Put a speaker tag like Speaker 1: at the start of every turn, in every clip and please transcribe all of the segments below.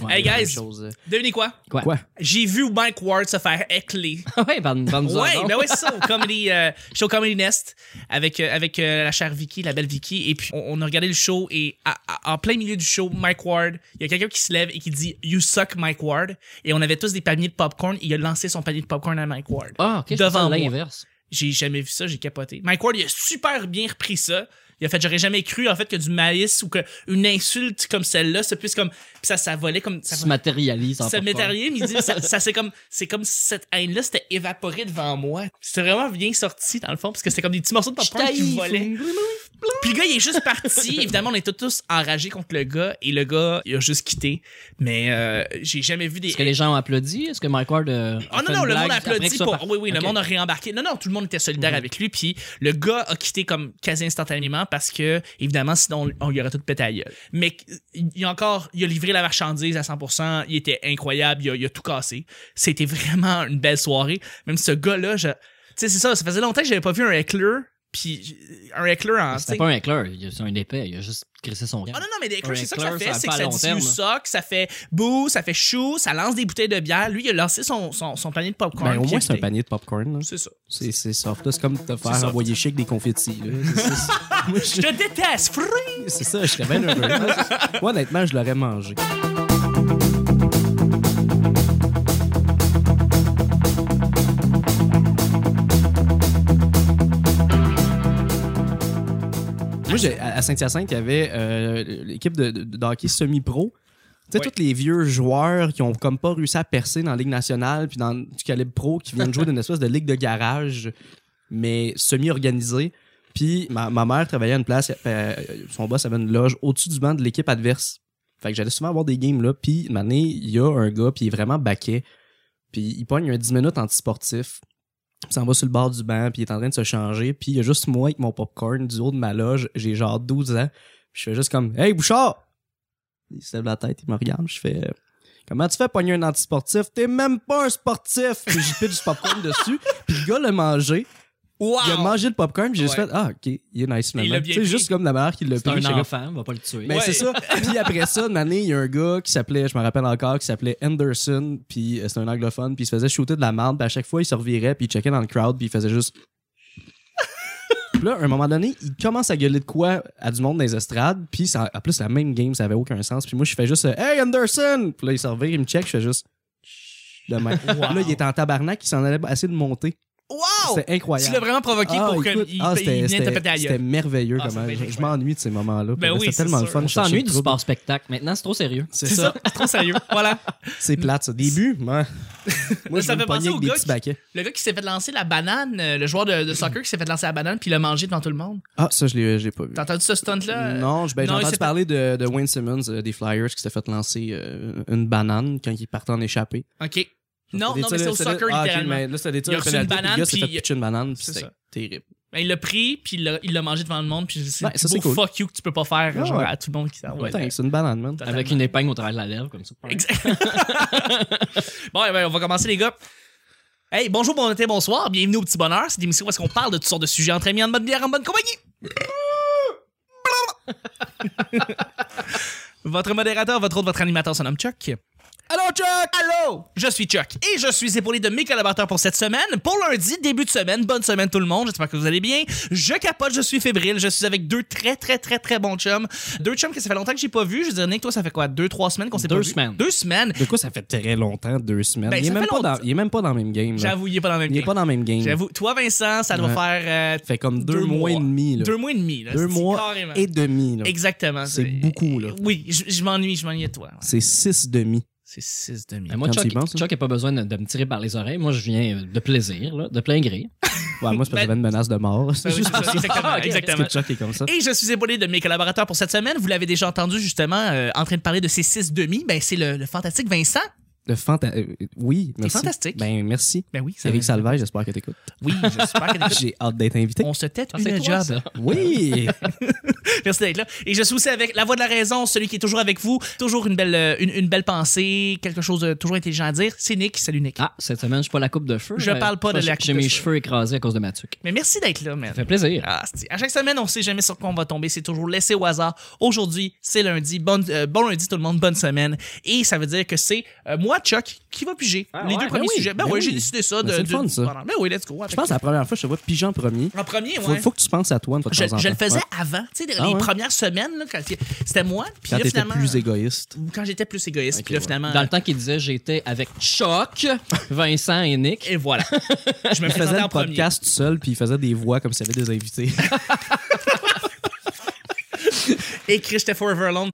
Speaker 1: Ouais,
Speaker 2: hey
Speaker 1: la même
Speaker 2: guys,
Speaker 1: chose. euh.
Speaker 2: devinez quoi?
Speaker 1: Quoi?
Speaker 3: Quoi?
Speaker 2: J'ai vu Mike Ward se faire écler.
Speaker 1: ouais, ben, ben, nous en
Speaker 2: Ouais,
Speaker 1: donc.
Speaker 2: ben ouais, c'est ça, au Comedy, euh, show Comedy Nest avec, euh, avec euh, la chère Vicky, la belle Vicky. Et puis, on, on a regardé le show et à- à- en plein milieu du show, Mike Ward, il y a quelqu'un qui se lève et qui dit You suck, Mike Ward. Et on avait tous des paniers de popcorn. il a lancé son panier de popcorn à Mike Ward.
Speaker 1: Ah, ok, je
Speaker 2: Devant
Speaker 1: pensais à
Speaker 2: moi.
Speaker 1: l'inverse.
Speaker 2: J'ai jamais vu ça, j'ai capoté. Mike Ward, il a super bien repris ça. Il a fait, j'aurais jamais cru, en fait, que du malice ou qu'une insulte comme celle-là, ça puisse comme. Puis ça, ça volait comme. Ça,
Speaker 1: Ça se matérialise en
Speaker 2: ça
Speaker 1: popcorn.
Speaker 2: m'est arrivé, mais il dit, ça, ça c'est comme, c'est comme si cette haine-là s'était évaporée devant moi. C'était vraiment bien sorti, dans le fond, parce que c'était comme des petits morceaux de
Speaker 1: Je
Speaker 2: popcorn qui
Speaker 1: t'haïs,
Speaker 2: volaient.
Speaker 1: fou.
Speaker 2: Puis le gars, il est juste parti. Évidemment, on était tous enragés contre le gars, et le gars, il a juste quitté. Mais, euh, j'ai jamais vu des.
Speaker 1: Est-ce que les gens ont applaudi? Est-ce que Mike Ward. euh,
Speaker 2: Ah
Speaker 1: fait
Speaker 2: non, non,
Speaker 1: une
Speaker 2: le
Speaker 1: blague
Speaker 2: monde a
Speaker 1: après que
Speaker 2: applaudi
Speaker 1: ça
Speaker 2: pour.
Speaker 1: parte?
Speaker 2: Oui, oui,
Speaker 1: Ok.
Speaker 2: le monde a réembarqué. Non, non, tout le monde était solidaire
Speaker 1: Mhm.
Speaker 2: avec lui. Puis le gars a quitté comme quasi instantanément parce que, évidemment, sinon, on lui aurait tout pété à la gueule. Mais il a encore, il a livré la marchandise à 100%. Il était incroyable. Il a, il a tout cassé. C'était vraiment une belle soirée. Même ce gars-là, je. Tu sais, c'est ça. Ça faisait longtemps que j'avais pas vu un heckler. Puis un heckler en. tu sais-
Speaker 1: C'était pas un éclair, il- c'est un épais, il a juste crissé son regard.
Speaker 2: ah non, non, mais des
Speaker 1: Un
Speaker 2: crushs, c'est ça que ça
Speaker 1: heckler,
Speaker 2: fait.
Speaker 1: ça
Speaker 2: C'est
Speaker 1: va
Speaker 2: que
Speaker 1: pas
Speaker 2: ça
Speaker 1: à
Speaker 2: dit
Speaker 1: long
Speaker 2: du
Speaker 1: terme.
Speaker 2: soc, ça fait boo, ça fait chou, ça lance des bouteilles de bière. Lui, il a lancé son, son, son panier de popcorn.
Speaker 3: Ben, au
Speaker 2: puis il a
Speaker 3: moins, c'est un
Speaker 2: quitté.
Speaker 3: panier de popcorn. là.
Speaker 2: C'est ça.
Speaker 3: C'est c'est soft. là. C'est comme te
Speaker 2: soft.
Speaker 3: faire envoyer chic des confettis. là. C'est- c'est- Moi,
Speaker 2: Je te déteste, frère!
Speaker 3: je- C'est ça, je serais bien heureux. Moi, honnêtement, je l'aurais mangé. Moi, j'ai- à à Saint-Hyacinthe, il y avait euh, l'équipe de, de- de hockey semi-pro. Tu sais,
Speaker 2: Ouais.
Speaker 3: tous les vieux joueurs qui ont comme pas réussi à percer dans la Ligue nationale puis dans du calibre pro qui viennent jouer dans une espèce de ligue de garage, mais semi-organisée. Puis ma, ma mère travaillait à une place, euh, son boss avait une loge au-dessus du banc de l'équipe adverse. Fait que j'allais souvent avoir des games là. Puis une année, il y a un gars, puis il est vraiment baquet. Puis il pogne un 10 minutes anti-sportif. Il s'en va sur le bord du banc, puis il est en train de se changer. Puis il y a juste moi avec mon popcorn du haut de ma loge. J'ai genre 12 ans. Puis je fais juste comme Hey Bouchard! Il se lève la tête, il me regarde. Je fais Comment tu fais pogner un anti-sportif? T'es même pas un sportif! Puis j'ai pitché du popcorn dessus. Puis le gars l'a mangé.
Speaker 2: Wow!
Speaker 3: Il a mangé le popcorn, puis j'ai juste
Speaker 2: Ouais.
Speaker 3: fait Ah, ok, il est nice
Speaker 2: Il l'a
Speaker 3: finalement.
Speaker 2: bien
Speaker 3: Tu sais,
Speaker 2: pris.
Speaker 3: juste comme la mère qui l'a
Speaker 1: C'est
Speaker 3: pris. j'étais
Speaker 1: un
Speaker 3: comme,
Speaker 1: enfant, on va pas le tuer.
Speaker 3: ben,
Speaker 2: Ouais.
Speaker 3: c'est ça. Puis après ça, une année, il y a un gars qui s'appelait, je me rappelle encore, qui s'appelait Anderson, puis euh, c'était un anglophone, puis il se faisait shooter de la merde, puis à chaque fois, il se revirait, puis il checkait dans le crowd, puis il faisait juste. puis là, à un moment donné, il commence à gueuler de quoi à du monde dans les estrades, puis ça, en plus, la même game, ça avait aucun sens, puis moi, je fais juste euh, Hey Anderson! Puis là, il se revire, il me check, je fais juste. De même. Là, il était en tabarnak, il s'en allait essayer de monter.
Speaker 2: Wow!
Speaker 3: C'était
Speaker 2: Oh!
Speaker 3: incroyable.
Speaker 2: Tu l'as vraiment provoqué
Speaker 3: Ah,
Speaker 2: pour
Speaker 3: écoute,
Speaker 2: qu'il
Speaker 3: ah,
Speaker 2: il
Speaker 3: c'était-
Speaker 2: vienne te
Speaker 3: c'était-
Speaker 2: péter la gueule.
Speaker 3: C'était merveilleux
Speaker 2: Ah, ça
Speaker 3: comment
Speaker 2: devait être
Speaker 3: je- je,
Speaker 2: incroyable.
Speaker 3: m'ennuie de ces
Speaker 2: Ben
Speaker 3: moments-là. Pour vrai,
Speaker 2: oui,
Speaker 3: c'était tellement
Speaker 2: c'est
Speaker 3: le fun.
Speaker 2: sûr.
Speaker 3: de
Speaker 1: on
Speaker 3: chercher
Speaker 1: s'ennuie
Speaker 3: le
Speaker 1: du
Speaker 3: trouble.
Speaker 1: sport spectacle. Maintenant, c'est trop sérieux.
Speaker 3: C'est ça.
Speaker 2: C'est trop sérieux. voilà.
Speaker 3: C'est plate, ça. Début, moi, moi je
Speaker 2: Ça
Speaker 3: veux
Speaker 2: fait
Speaker 3: me pogner
Speaker 2: penser au
Speaker 3: avec des
Speaker 2: gars
Speaker 3: petits
Speaker 2: qui-
Speaker 3: baquets.
Speaker 2: Le gars qui s'est fait lancer la banane, euh, le joueur de, de soccer qui s'est fait lancer la banane puis il l'a mangé devant tout le monde.
Speaker 3: Ah, ça, je l'ai je l'ai pas vu.
Speaker 2: T'as entendu ce stunt-là?
Speaker 3: Non, je- ben, j'ai
Speaker 2: non, il
Speaker 3: entendu
Speaker 2: s'est
Speaker 3: parler de, de Wayne Simmons, euh, des Flyers, qui s'était fait lancer euh, une banane quand il partait en échappé.
Speaker 2: OK. Non,
Speaker 3: C'était
Speaker 2: non,
Speaker 3: des
Speaker 2: mais c'est
Speaker 3: tirs-
Speaker 2: au
Speaker 3: c'était-
Speaker 2: soccer,
Speaker 3: ah, ok,
Speaker 2: littéralement.
Speaker 3: mais là, c'était des tirs
Speaker 2: Il a
Speaker 3: à
Speaker 2: reçu
Speaker 3: pénalité,
Speaker 2: une
Speaker 3: puis
Speaker 2: banane,
Speaker 3: Le gars s'est fait
Speaker 2: puis-
Speaker 3: pitcher une banane, puis
Speaker 2: C'est
Speaker 3: c'était
Speaker 2: ça.
Speaker 3: terrible.
Speaker 2: Ben, il l'a pris puis il l'a- il l'a mangé devant le monde puis c'est
Speaker 3: Ouais,
Speaker 2: le
Speaker 3: Ben, ça,
Speaker 2: beau
Speaker 3: c'est cool.
Speaker 2: fuck you que tu peux pas faire
Speaker 3: Ah,
Speaker 2: genre,
Speaker 3: ouais.
Speaker 2: à tout le monde qui s'en va.
Speaker 3: Putain, c'est une banane, man.
Speaker 2: Totalement.
Speaker 1: Avec une épingle au travers de la lèvre, comme ça.
Speaker 2: Exact. bon, eh ben, on va commencer, les gars. Hey, bonjour, bon été, bonsoir. Bienvenue au Petit Bonheur. C'est l'émission où est-ce qu'on parle de toutes sortes de sujets entre amis, en bonne bière, en bonne compagnie. votre modérateur, votre autre, votre animateur se nomme Chuck.
Speaker 3: Allô, Chuck!
Speaker 2: Allô, je suis Chuck et je suis épaulé de mes collaborateurs pour cette semaine. Pour lundi, début de semaine, bonne semaine tout le monde, j'espère que vous allez bien. Je capote, je suis fébrile, je suis avec deux très très très très bons chums. Deux chums que ça fait longtemps que j'ai pas vu. Je veux dire, Nick, toi ça fait quoi, deux, trois semaines qu'on s'est pas
Speaker 1: Deux
Speaker 2: vu?
Speaker 1: semaines.
Speaker 2: Deux semaines.
Speaker 3: De quoi ça fait très longtemps, deux semaines?
Speaker 2: Ben,
Speaker 3: il, est
Speaker 2: ça
Speaker 3: même
Speaker 2: fait
Speaker 3: pas
Speaker 2: longtemps.
Speaker 3: dans, il est même pas dans le même game. là.
Speaker 2: J'avoue, il est pas dans le même
Speaker 3: Il est
Speaker 2: game.
Speaker 3: pas dans le même game.
Speaker 2: J'avoue. Toi, Vincent, ça doit
Speaker 3: Mmh. Ouais.
Speaker 2: faire euh,
Speaker 3: Fait comme deux,
Speaker 2: Deux
Speaker 3: mois, et
Speaker 2: mois.
Speaker 3: demi. Là.
Speaker 2: deux mois et demi. Là,
Speaker 3: Deux
Speaker 2: C'est
Speaker 3: mois
Speaker 2: carrément.
Speaker 3: et demi. là.
Speaker 2: Exactement.
Speaker 3: C'est beaucoup, là.
Speaker 2: Oui, je, je m'ennuie, je m'ennuie de toi.
Speaker 3: C'est six demi.
Speaker 2: C'est six demi.
Speaker 1: Ben, moi,
Speaker 3: Quand hein. tu y
Speaker 1: Chuck,
Speaker 3: penses, là.
Speaker 1: Chuck a pas besoin de, de me tirer par les oreilles. Moi, je viens euh, de plaisir, là, de plein gré.
Speaker 3: Ouais, moi, c'est parce que j'avais une menace de mort.
Speaker 2: Ben
Speaker 3: C'est
Speaker 2: oui,
Speaker 3: juste
Speaker 2: c'est ça, Exactement.
Speaker 1: Ah, ok.
Speaker 2: exactement.
Speaker 3: que Chuck est comme ça.
Speaker 2: Et je suis épaulé de mes collaborateurs pour cette semaine. Vous l'avez déjà entendu justement euh, en train de parler de ces six demi. Ben, c'est le, le fantastique Vincent.
Speaker 3: de fanta- euh, oui, merci.
Speaker 2: fantastique.
Speaker 3: Ben, merci.
Speaker 2: Ben oui, ça
Speaker 3: Eric
Speaker 2: va.
Speaker 3: Salvage, j'espère que t'écoutes.
Speaker 2: Oui, j'espère que
Speaker 3: J'ai hâte d'être invité.
Speaker 2: on se tête
Speaker 1: Ah,
Speaker 2: une
Speaker 1: c'est toi,
Speaker 2: job.
Speaker 1: ça.
Speaker 3: Oui!
Speaker 2: Merci d'être là. Et je suis aussi avec la voix de la raison, celui qui est toujours avec vous, toujours une belle, euh, une, une belle pensée, quelque chose de toujours intelligent à dire. C'est Nick. Salut Nick.
Speaker 1: Ah, cette semaine, je suis pas la coupe de feu.
Speaker 2: Je
Speaker 1: Euh,
Speaker 2: parle pas de
Speaker 1: j'ai-
Speaker 2: la coupe
Speaker 1: J'ai
Speaker 2: de
Speaker 1: mes
Speaker 2: feu.
Speaker 1: cheveux écrasés à cause de ma tuque.
Speaker 2: Mais merci d'être là, man.
Speaker 1: Ça fait plaisir.
Speaker 2: Ah, c'est- à chaque semaine, on sait jamais sur quoi on va tomber. C'est toujours laissé au hasard. Aujourd'hui, c'est lundi. Bonne, euh, bon lundi, tout le monde. Bonne semaine. Et ça veut dire que c'est euh, moi, Chuck, qui va piger
Speaker 3: Ah
Speaker 2: les
Speaker 3: ouais,
Speaker 2: deux
Speaker 3: ben
Speaker 2: premiers
Speaker 3: oui,
Speaker 2: sujets. Ben,
Speaker 3: ben
Speaker 2: oui,
Speaker 3: oui.
Speaker 2: j'ai décidé ça.
Speaker 3: Ben
Speaker 2: de,
Speaker 3: c'est le
Speaker 2: de-
Speaker 3: fun, ça.
Speaker 2: pendant- Ben oui, let's go.
Speaker 3: Je pense que la première fois, je te vois pigeon premier.
Speaker 2: En premier,
Speaker 3: Faut,
Speaker 2: Ah, ben ouais.
Speaker 3: faut que tu penses à toi une fois de
Speaker 2: je,
Speaker 3: temps en
Speaker 2: je le
Speaker 3: temps.
Speaker 2: faisais
Speaker 3: Ouais.
Speaker 2: avant, tu sais, les
Speaker 3: Ah ouais?
Speaker 2: premières semaines, là, quand c'était moi, puis
Speaker 3: quand
Speaker 2: là,
Speaker 3: t'étais
Speaker 2: finalement. euh,
Speaker 3: plus égoïste.
Speaker 2: quand j'étais plus égoïste, puis là,
Speaker 3: ouais.
Speaker 2: finalement.
Speaker 1: Dans le temps qu'il disait, j'étais avec Choc, Vincent et Nick.
Speaker 2: Et voilà. Je me
Speaker 3: Il faisait
Speaker 2: présentais en
Speaker 3: le
Speaker 2: premier.
Speaker 3: podcast tout seul, puis il faisait des voix comme s'il y avait des invités.
Speaker 2: Et Chris, j'étais forever alone.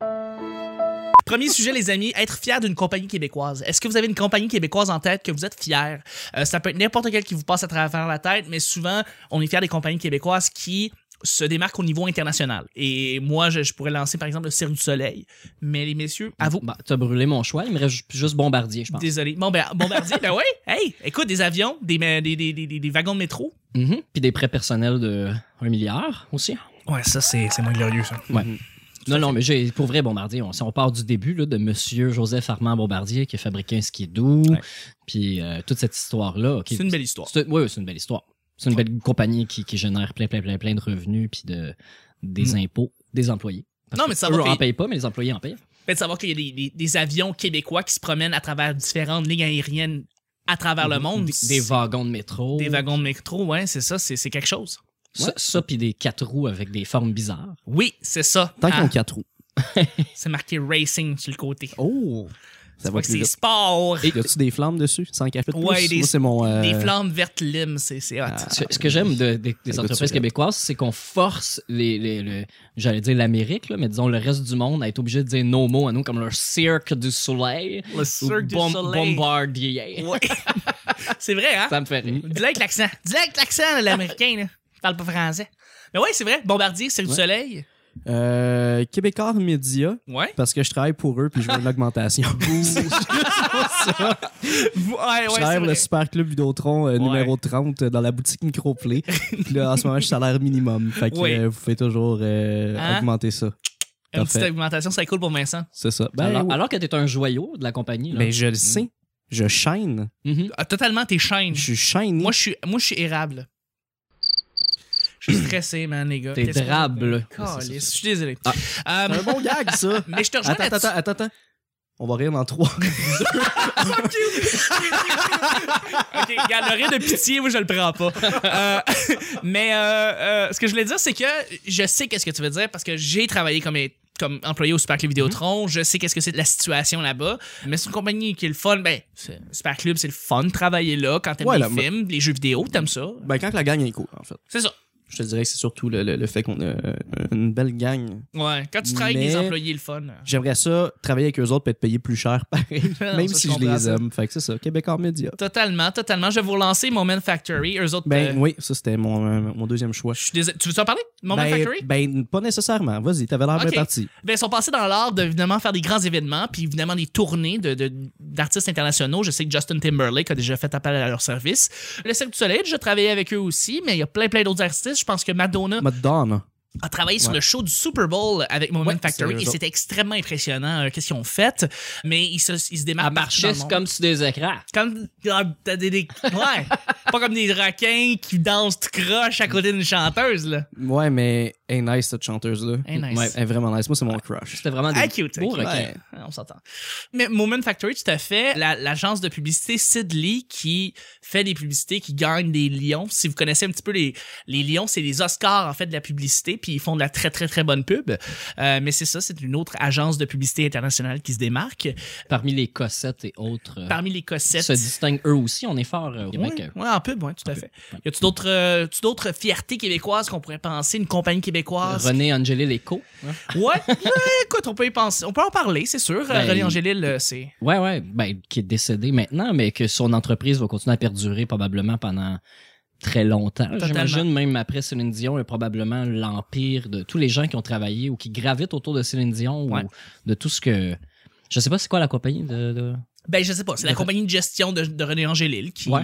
Speaker 2: Premier sujet, les amis, être fier d'une compagnie québécoise. Est-ce que vous avez une compagnie québécoise en tête que vous êtes fier? Euh, ça peut être n'importe quel qui vous passe à travers la tête, mais souvent, on est fier des compagnies québécoises qui se démarquent au niveau international. Et moi, je, je pourrais lancer, par exemple, le Cirque du Soleil. Mais les messieurs, à vous.
Speaker 1: Bah, t'as brûlé mon choix. Il me reste ju- juste Bombardier, je pense.
Speaker 2: Désolé. Bon, ben, Bombardier, ben ouais. Hey, écoute, des avions, des, des, des, des, des- des wagons de métro.
Speaker 1: Mhm. Puis des prêts personnels de 1 milliard aussi.
Speaker 2: Ouais, ça, c'est moins glorieux, ça.
Speaker 1: Non, non, mais j'ai, pour vrai, Bombardier, on, si on part du début là, de Monsieur Joseph Armand Bombardier qui a fabriqué un ski doux,
Speaker 2: Ouais.
Speaker 1: puis euh, toute cette histoire-là. ok.
Speaker 2: C'est une belle histoire.
Speaker 1: C'est- Oui, c'est une belle histoire. C'est une belle compagnie qui, qui génère plein, plein, plein, plein de revenus, puis de, des impôts, des employés.
Speaker 2: Hmm. Non, mais ça
Speaker 1: Eux
Speaker 2: va
Speaker 1: en
Speaker 2: payer-
Speaker 1: payent pas, mais les employés en payent.
Speaker 2: Fait Ben, de savoir qu'il y a des, des- des avions québécois qui se promènent à travers différentes lignes aériennes à travers le monde.
Speaker 1: Des, des wagons de métro.
Speaker 2: Des wagons de métro, ouais, c'est ça, c'est c'est quelque chose.
Speaker 1: Ça, ça, puis des quatre roues avec des formes bizarres.
Speaker 2: Oui, c'est ça.
Speaker 3: Tant qu'on
Speaker 2: Ah,
Speaker 3: quatre roues.
Speaker 2: c'est marqué racing sur le côté.
Speaker 3: Oh! Ça
Speaker 2: C'est
Speaker 3: va
Speaker 2: pas que
Speaker 3: plus
Speaker 2: c'est
Speaker 3: vite.
Speaker 2: sport.
Speaker 3: Et Y'a-tu des flammes dessus? Sans café de plus?
Speaker 2: Ouais, des-
Speaker 3: Moi, c'est mon... euh,
Speaker 2: Des flammes vertes limes, c'est c'est hot.
Speaker 1: Ce, ce que j'aime de- des- des
Speaker 3: goûte
Speaker 1: entreprises
Speaker 3: sur-
Speaker 1: québécoises, c'est qu'on force les, les- le- j'allais dire l'Amérique, là, mais disons le reste du monde à être obligé de dire nos mots à nous, comme le cirque du soleil.
Speaker 2: Le Cirque
Speaker 1: ou
Speaker 2: du
Speaker 1: Bom-
Speaker 2: Soleil.
Speaker 1: Bombardier.
Speaker 2: Ouais. c'est vrai, hein?
Speaker 1: Ça me fait rire.
Speaker 2: Dis-le avec l'accent. Dis-le avec l'accent, là, l'américain, là. Il parle pas français. Mais ouais, c'est vrai. Bombardier, c'est du
Speaker 3: Ouais.
Speaker 2: soleil.
Speaker 3: euh, Québécois Média,
Speaker 2: Ouais.
Speaker 3: parce que je travaille pour eux, puis je veux une augmentation.
Speaker 2: Ouais, ouais,
Speaker 3: Je
Speaker 2: c'est
Speaker 3: travaille pour
Speaker 2: vrai.
Speaker 3: le Super Club Vidéotron euh,
Speaker 2: Ouais.
Speaker 3: numéro 30 euh, dans la boutique Microplay. Puis là, en ce moment, je suis salaire minimum. Fait que
Speaker 2: Oui.
Speaker 3: euh, vous faites toujours euh,
Speaker 2: Hein?
Speaker 3: augmenter ça.
Speaker 2: Une petite
Speaker 3: Parfait.
Speaker 2: augmentation, c'est cool pour Vincent.
Speaker 3: C'est ça. Ben,
Speaker 1: alors,
Speaker 3: ouais.
Speaker 1: alors que t'es un joyau de la compagnie. Là.
Speaker 3: Ben, je le sais. Je chaîne.
Speaker 1: Mhm.
Speaker 2: Ah, Totalement tes chaînes.
Speaker 3: Je suis chaîné.
Speaker 2: Moi, je suis, moi, je suis érable. Je suis stressé, man, les gars.
Speaker 1: T'es
Speaker 2: Qu'est-ce que-
Speaker 1: drable.
Speaker 2: Calisse,
Speaker 1: C'est
Speaker 2: Je
Speaker 1: ça.
Speaker 2: suis désolé.
Speaker 1: Ah.
Speaker 2: Euh,
Speaker 3: C'est un bon gag, ça.
Speaker 2: mais je te rejoins
Speaker 3: attends,
Speaker 2: là-dessus.
Speaker 3: attends, attends, attends. On va rire dans trois.
Speaker 2: OK, regarde, le rire de pitié, moi, je le prends pas. Euh, mais euh, euh, ce que je voulais dire, c'est que je sais qu'est-ce que tu veux dire parce que j'ai travaillé comme comme employé au Superclub
Speaker 3: Mm-hmm.
Speaker 2: Vidéotron, je sais qu'est-ce que c'est de la situation là-bas, mais c'est une compagnie qui est le fun, ben, c'est- Superclub, c'est le fun de travailler là, quand t'aimes
Speaker 3: Ouais, là,
Speaker 2: les
Speaker 3: moi-
Speaker 2: films, les jeux vidéo, t'aimes ça.
Speaker 3: ben, quand que la gang est cool, en fait.
Speaker 2: C'est ça.
Speaker 3: Je te dirais que c'est surtout le, le- le fait qu'on a euh, une belle gang.
Speaker 2: Ouais, quand tu travailles avec
Speaker 3: Mais-
Speaker 2: des employés, le fun.
Speaker 3: J'aimerais ça, travailler avec eux autres peut être payé plus cher, pareil.
Speaker 2: Non,
Speaker 3: même
Speaker 2: ça,
Speaker 3: si
Speaker 2: je
Speaker 3: je
Speaker 2: comprends
Speaker 3: les
Speaker 2: ça.
Speaker 3: aime. Fait que c'est ça. Québécois Média.
Speaker 2: Totalement, totalement. Je vais vous relancer mon Man Factory. Eux autres,
Speaker 3: Ben
Speaker 2: euh,
Speaker 3: oui, ça c'était mon, euh, mon deuxième choix.
Speaker 2: je suis désolé. Tu veux t'en parler? Mon Man
Speaker 3: ben,
Speaker 2: Factory?
Speaker 3: ben, pas nécessairement. Vas-y, t'avais l'air
Speaker 2: Ok.
Speaker 3: bien parti.
Speaker 2: Ben, ils sont passés dans l'art de, évidemment, faire des grands événements, puis évidemment, des tournées de- de- d'artistes internationaux. Je sais que Justin Timberlake a déjà fait appel à leur service. Le Cirque du Soleil, je travaillais avec eux aussi, mais il y a plein, plein d'autres artistes. Je pense que Madonna
Speaker 3: Madonna.
Speaker 2: a travaillé sur
Speaker 3: Ouais.
Speaker 2: le show du Super Bowl avec Moment
Speaker 3: Ouais,
Speaker 2: Factory,
Speaker 3: c'est eux
Speaker 2: et c'était extrêmement impressionnant euh, qu'est-ce qu'ils ont fait, mais ils se, ils se démarquent
Speaker 1: À
Speaker 2: partout dans
Speaker 1: marcher
Speaker 2: le monde.
Speaker 1: comme sur des écrans.
Speaker 2: Comme ah, t'as des, des- ouais, pas comme des requins qui dansent tout croche à côté d'une chanteuse là.
Speaker 3: Ouais, mais elle est nice, cette chanteuse-là.
Speaker 2: Elle est nice.
Speaker 3: Ouais, elle est vraiment nice. Moi, c'est mon crush.
Speaker 1: C'était vraiment des
Speaker 2: Ah, cute,
Speaker 1: beaux
Speaker 2: ok.
Speaker 1: requins.
Speaker 3: Ouais.
Speaker 2: Ah, On s'entend. Mais Moment Factory, tout à fait. La- L'agence de publicité Sidley qui fait des publicités, qui gagne des lions. Si vous connaissez un petit peu les, les lions, c'est les Oscars, en fait, de la publicité. Puis ils font de la très, très, très bonne pub. Euh, mais c'est ça, c'est une autre agence de publicité internationale qui se démarque.
Speaker 1: Parmi les cossettes et autres, euh,
Speaker 2: Parmi les cossettes.
Speaker 1: se distinguent eux aussi. On est fort euh, au Québec.
Speaker 2: Ouais,
Speaker 1: euh,
Speaker 2: ouais, en pub, ouais, tout à fait. Y a-tu d'autres, euh, tu d'autres fiertés québécoises qu'on pourrait penser, une compagnie québécoise?
Speaker 1: René Angelil et Co.
Speaker 2: Ouais, ouais, écoute, on peut y penser. On peut en parler, c'est sûr.
Speaker 1: Ben,
Speaker 2: René Angélil, euh, c'est.
Speaker 1: Ouais, ouais, ben, qui est décédé maintenant, mais que son entreprise va continuer à perdurer probablement pendant très longtemps.
Speaker 2: Totalement.
Speaker 1: J'imagine même après Céline Dion est probablement l'empire de tous les gens qui ont travaillé ou qui gravitent autour de Céline Dion
Speaker 2: Ouais.
Speaker 1: ou de tout ce que. Je sais pas c'est quoi la compagnie de. de-
Speaker 2: Ben, je sais pas. C'est la compagnie de gestion de, de René Angélil qui.
Speaker 3: Ouais.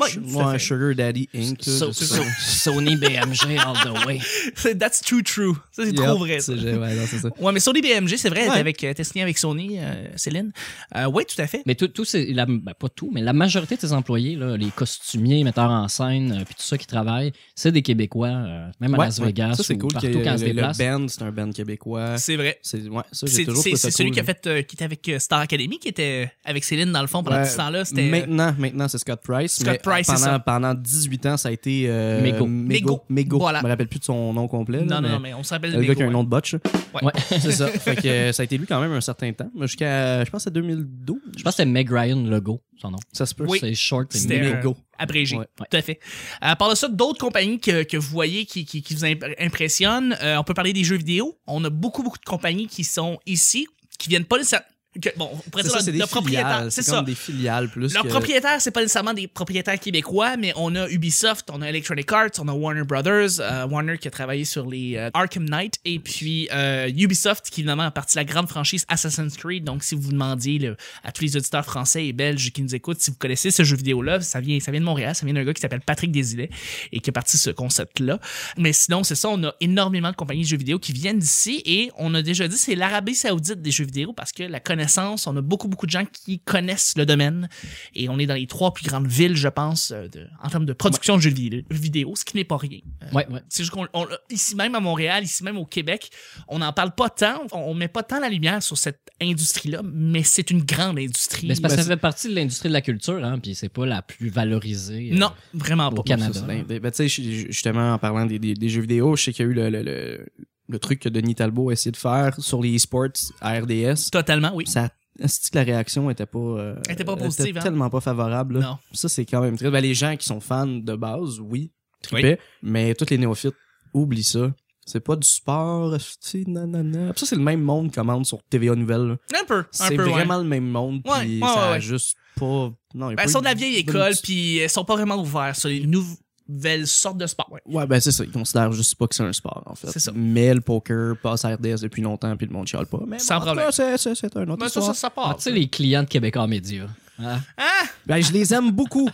Speaker 2: Ouais,
Speaker 3: Su-
Speaker 2: tout à
Speaker 3: ouais,
Speaker 2: fait.
Speaker 3: Sugar Daddy Inc. là,
Speaker 1: So-
Speaker 3: je sais
Speaker 1: so-
Speaker 3: pas.
Speaker 1: Sony BMG all the way.
Speaker 2: C'est- That's too true. Ça, c'est
Speaker 3: Yep,
Speaker 2: trop vrai. ça.
Speaker 3: c'est- Ouais, non, c'est ça.
Speaker 2: Ouais, mais Sony BMG, c'est vrai, elle était
Speaker 3: Ouais.
Speaker 2: avec, elle était signée avec Sony, euh, Céline. Euh, ouais, tout à fait.
Speaker 1: Mais tout, tout c'est la, ben, pas tout, mais la majorité de tes employés, là, les costumiers, metteurs en scène, euh, puis tout ça qui travaillent, c'est des Québécois, euh, même à
Speaker 3: Ouais,
Speaker 1: Las
Speaker 3: ouais.
Speaker 1: Vegas,
Speaker 3: Ça, c'est
Speaker 1: ou
Speaker 3: cool.
Speaker 1: partout
Speaker 3: que
Speaker 1: quand on se
Speaker 3: le, Ben- le
Speaker 1: déplace.
Speaker 3: band, c'est un band québécois.
Speaker 2: C'est vrai.
Speaker 3: C'est ouais, ça, j'ai
Speaker 2: C'est c'est-
Speaker 3: toujours trouvé ça
Speaker 2: c'est celui
Speaker 3: cool.
Speaker 2: qui a fait, euh, qui était avec euh, Star Academy, qui était avec Céline dans le fond pendant
Speaker 3: Ouais,
Speaker 2: tout ce temps-là. C'était euh,
Speaker 3: Maintenant, maintenant c'est Scott Price.
Speaker 2: Scott
Speaker 3: mais euh,
Speaker 2: Price, c'est ça.
Speaker 3: pendant, pendant 18 ans, ça a été. Euh,
Speaker 1: Mego.
Speaker 2: Mego.
Speaker 3: Mego. Mego.
Speaker 2: Voilà.
Speaker 3: Je me rappelle plus de son nom complet. là,
Speaker 2: Non, non, non, mais on se rappelle
Speaker 3: Le
Speaker 2: des
Speaker 3: gars qui a euh, un
Speaker 2: gros, euh,
Speaker 3: nom de botch. là.
Speaker 2: Ouais.
Speaker 1: Ouais.
Speaker 3: c'est ça. Fait que, euh, ça a été lui quand même un certain temps. Jusqu'à, je pense, à 2012.
Speaker 1: Je pense que c'est Meg Ryan Legault, son nom.
Speaker 3: Ça se peut.
Speaker 2: Oui.
Speaker 1: C'est short et
Speaker 2: C'était euh,
Speaker 1: Meg.
Speaker 2: un
Speaker 3: Mego.
Speaker 2: abrégé.
Speaker 3: Ouais.
Speaker 2: Tout à fait. Euh, À part de ça, d'autres compagnies que, que vous voyez qui, qui, qui vous imp- impressionnent, euh, on peut parler des jeux vidéo. On a beaucoup, beaucoup de compagnies qui sont ici, qui viennent pas nécessairement. que- bon, on pourrait
Speaker 3: C'est
Speaker 2: dire
Speaker 3: ça,
Speaker 2: le-
Speaker 3: c'est des
Speaker 2: le propriétaire.
Speaker 3: filiales.
Speaker 2: C'est
Speaker 3: C'est
Speaker 2: ça.
Speaker 3: comme des filiales plus.
Speaker 2: Leurs
Speaker 3: que-
Speaker 2: propriétaires, c'est pas nécessairement des propriétaires québécois, mais on a Ubisoft, on a Electronic Arts, on a Warner Brothers, euh, Warner qui a travaillé sur les euh, Arkham Knight, et puis euh, Ubisoft qui évidemment a parti de la grande franchise Assassin's Creed. Donc si vous demandiez là, à tous les auditeurs français et belges qui nous écoutent, si vous connaissez ce jeu vidéo-là, ça vient, ça vient de Montréal, ça vient d'un gars qui s'appelle Patrick Desilets et qui a parti ce concept-là. Mais sinon, c'est ça, on a énormément de compagnies de jeux vidéo qui viennent d'ici et on a déjà dit c'est l'Arabie Saoudite des jeux vidéo parce que la connaissance, on a beaucoup, beaucoup de gens qui connaissent le domaine et on est dans les trois plus grandes villes, je pense, euh, de- en termes de production de jeux vid- vidéo, ce qui n'est pas rien. Euh,
Speaker 1: Ouais, ouais.
Speaker 2: c'est juste qu'on on- ici même à Montréal, ici même au Québec, on n'en parle pas tant, on, on met pas tant la lumière sur cette industrie-là, mais c'est une grande industrie.
Speaker 1: Mais c'est parce que
Speaker 3: Ben,
Speaker 1: ça fait partie de l'industrie de la culture, hein, puis c'est pas la plus valorisée. euh,
Speaker 2: non, vraiment pas.
Speaker 1: au Canada.
Speaker 3: Ça, c'est bien. Ben, ben, tu sais, ju- ju- justement, en parlant des, des- des jeux vidéo, je sais qu'il y a eu le, le- le- le truc que Denis Talbot a essayé de faire sur les esports à RDS.
Speaker 2: Totalement, oui.
Speaker 3: Ça, est-ce que la réaction était pas, euh,
Speaker 2: Elle était pas positive, hein?
Speaker 3: tellement pas favorable. là.
Speaker 2: Non.
Speaker 3: Ça, c'est quand même très. Ben, les gens qui sont fans de base, oui, tripaient, mais tous les néophytes, oublie ça. C'est pas du sport, c'est nanana. Puis Ça, c'est le même monde qui commande sur TVA Nouvelle. là.
Speaker 2: Un peu, un
Speaker 3: C'est
Speaker 2: peu, ouais.
Speaker 3: vraiment le même monde.
Speaker 2: Ouais,
Speaker 3: puis
Speaker 2: ouais,
Speaker 3: ça a
Speaker 2: ouais.
Speaker 3: juste pas. Non, il y a
Speaker 2: Ben,
Speaker 3: pas
Speaker 2: elles
Speaker 3: eu
Speaker 2: sont de la vieille
Speaker 3: de-
Speaker 2: école, puis elles sont pas vraiment ouvertes sur les nouvelles sortes de sports. Ouais.
Speaker 3: Ouais, ben c'est ça. Ils considèrent juste pas que c'est un sport, en fait.
Speaker 2: C'est ça.
Speaker 3: Mais le poker passe à RDS depuis longtemps, puis le monde chiale pas. Mais
Speaker 2: Sans
Speaker 3: bon,
Speaker 2: problème.
Speaker 3: ça, C'est, c'est, c'est un autre
Speaker 2: Mais Ben, ça,
Speaker 3: histoire.
Speaker 2: ça, ça part.
Speaker 1: Ah, tu sais, les clients de Québécois Média. hein.
Speaker 2: Hein?
Speaker 3: Ben, je les aime beaucoup.